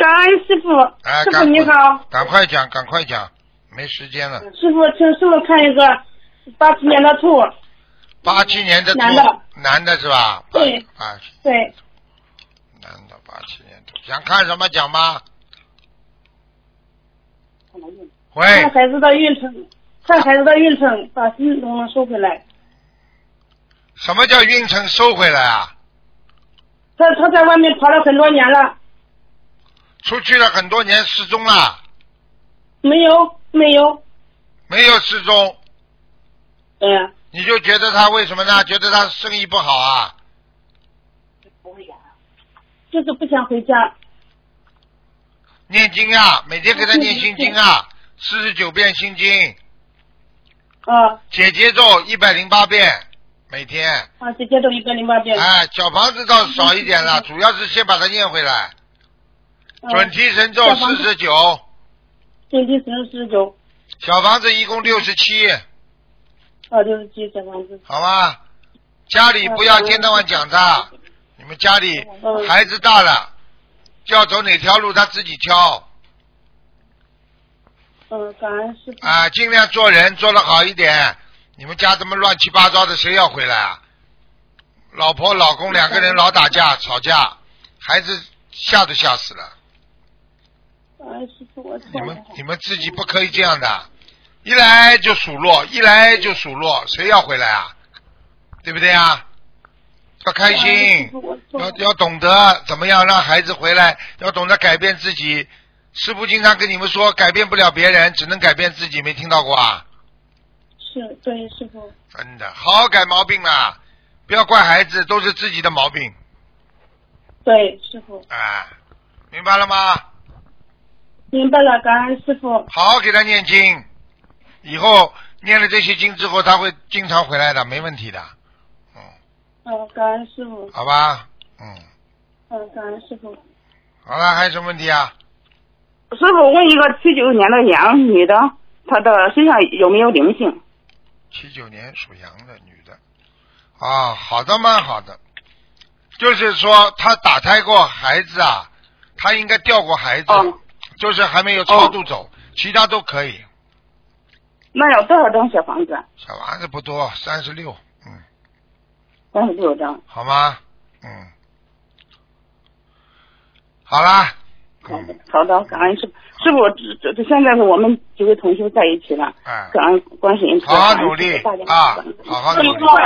Speaker 9: 感恩师傅，
Speaker 1: 哎
Speaker 9: 师
Speaker 1: 赶
Speaker 9: 傅
Speaker 1: 快
Speaker 9: 你好，
Speaker 1: 赶快讲，赶快讲，没时间了。
Speaker 9: 师傅，请师傅看一个八七年的兔，
Speaker 1: 八七年的兔
Speaker 9: 男的，
Speaker 1: 男的是吧？
Speaker 9: 对
Speaker 1: 八七
Speaker 9: 对，
Speaker 1: 男的八七年兔，想看什么讲吗？
Speaker 9: 看
Speaker 1: 喂，
Speaker 9: 孩子的运程，看孩子的运程，把心都能收回来。
Speaker 1: 什么叫运程收回来啊？
Speaker 9: 他他在外面跑了很多年了，
Speaker 1: 出去了很多年，失踪了，
Speaker 9: 没有没有，
Speaker 1: 没有失踪，
Speaker 9: 嗯，
Speaker 1: 你就觉得他为什么呢？觉得他生意不好啊？
Speaker 9: 就是不想回家。
Speaker 1: 念经啊，每天给他念心经啊，四十九遍心经，
Speaker 9: 啊
Speaker 1: 解结咒一百零八遍，每天。
Speaker 9: 啊，姐姐都一百零八遍。
Speaker 1: 哎，小房子倒少一点了，主要是先把它念回来。
Speaker 9: 嗯
Speaker 1: 准提神咒
Speaker 9: 小房
Speaker 1: 四
Speaker 9: 子
Speaker 1: 十九，
Speaker 9: 准提神十九，
Speaker 1: 小房子一共六十七，
Speaker 9: 啊，六十七小房子。
Speaker 1: 好吧？家里不要一天到晚讲他，你们家里
Speaker 9: 嗯
Speaker 1: 孩子大了，要走哪条路他自己挑
Speaker 9: 嗯，感恩师傅。
Speaker 1: 啊，尽量做人做得好一点。你们家这么乱七八糟的，谁要回来啊？老婆老公两个人老打架吵架，孩子吓都吓死了。
Speaker 9: 感恩师傅，我错
Speaker 1: 你
Speaker 9: 了
Speaker 1: 们。你们自己不可以这样的，一来就数落，一来就数落，谁要回来啊？对不对啊？要开
Speaker 9: 感恩师
Speaker 1: 心
Speaker 9: 傅，，我错
Speaker 1: 要
Speaker 9: 了。
Speaker 1: 要懂得怎么样让孩子回来，要懂得改变自己。师傅经常跟你们说，改变不了别人，只能改变自己，没听到过啊？
Speaker 10: 是对师傅，
Speaker 1: 真的，好好改毛病啦，不要怪孩子，都是自己的毛病
Speaker 10: 对师傅，
Speaker 1: 啊，明白了吗？
Speaker 10: 明白了，感恩师傅。
Speaker 1: 好好给他念经，以后念了这些经之后，他会经常回来的，没问题的，
Speaker 10: 嗯，感恩师傅，
Speaker 1: 好吧？嗯，
Speaker 10: 嗯，感恩师傅。
Speaker 1: 好了，还有什么问题啊？
Speaker 4: 师傅问一个七九年的羊女的，她的身上有没有灵性？
Speaker 1: 七九年属羊的女的，啊，好的，蛮好的，就是说她打胎过孩子啊，她应该掉过孩子，
Speaker 4: 哦
Speaker 1: 就是还没有超度走，其他都可以。
Speaker 4: 那要多少张小房子？
Speaker 1: 小娃子不多，三十六，嗯
Speaker 4: 三十六张。
Speaker 1: 好吗？嗯，好啦，嗯
Speaker 4: 好的，感恩师傅。师傅，这这现在是我们几位同修在一起了，
Speaker 1: 哎，
Speaker 4: 感恩观世音菩萨，
Speaker 1: 好好努力
Speaker 4: 感恩师父
Speaker 1: 啊，好好努力。
Speaker 4: 师傅，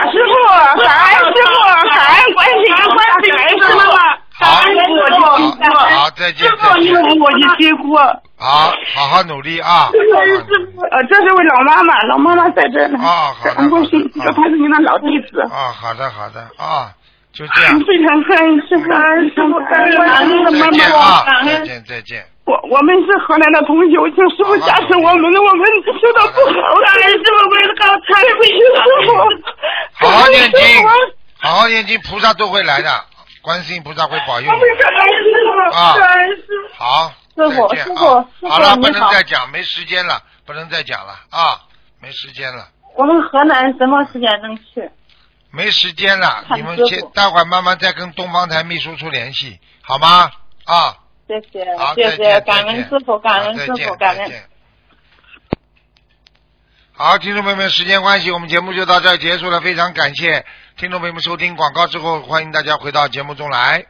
Speaker 4: 感恩师傅，感恩观世音，观世音师傅，感恩我的辛苦，
Speaker 1: 好，再见，
Speaker 4: 师傅，
Speaker 1: 再
Speaker 4: 你
Speaker 1: 见。
Speaker 4: 我的辛苦。
Speaker 1: 好，好好努力啊！
Speaker 4: 呃，这是位老妈妈，老妈妈在这呢。
Speaker 1: 啊，好
Speaker 4: 感恩观世音，她是您的老弟子。
Speaker 1: 啊，好的，好的啊，就这样。
Speaker 4: 非常感恩师傅，感恩师傅，感恩观世音的
Speaker 1: 再
Speaker 4: 妈
Speaker 1: 见
Speaker 4: 妈，
Speaker 1: 啊
Speaker 4: 感，
Speaker 1: 再
Speaker 4: 恩。
Speaker 1: 见，再见。
Speaker 4: 我我们是河南的同修，请师傅加持我们，我们修的不好，感恩师傅，为了刚才回去师傅。
Speaker 1: 好好念经，好好念经，菩萨都会来的，观世音菩萨会保佑你。啊，好，
Speaker 10: 师傅，
Speaker 1: 再
Speaker 10: 师
Speaker 1: 见
Speaker 10: 傅，
Speaker 1: 啊
Speaker 10: 师
Speaker 1: 好了，
Speaker 10: 傅
Speaker 1: 不
Speaker 10: 你
Speaker 1: 能
Speaker 10: 好，
Speaker 1: 再讲，没时间了，不能再讲了啊，没时间了。
Speaker 10: 我们河南什么时间能去？
Speaker 1: 没时间了，
Speaker 10: 看
Speaker 1: 你们
Speaker 10: 师傅
Speaker 1: 先待会儿慢慢再跟东方台秘书处联系，好吗？啊，
Speaker 10: 谢谢
Speaker 1: 好，
Speaker 10: 谢
Speaker 1: 再
Speaker 10: 谢，
Speaker 1: 见
Speaker 10: 感恩
Speaker 1: 再见
Speaker 10: 师傅，感
Speaker 1: 好
Speaker 10: 恩
Speaker 1: 再
Speaker 10: 师
Speaker 1: 见
Speaker 10: 傅，感
Speaker 1: 再
Speaker 10: 恩。
Speaker 1: 见好，听众朋友们，时间关系，我们节目就到这儿结束了。非常感谢听众朋友们收听广告之后，欢迎大家回到节目中来。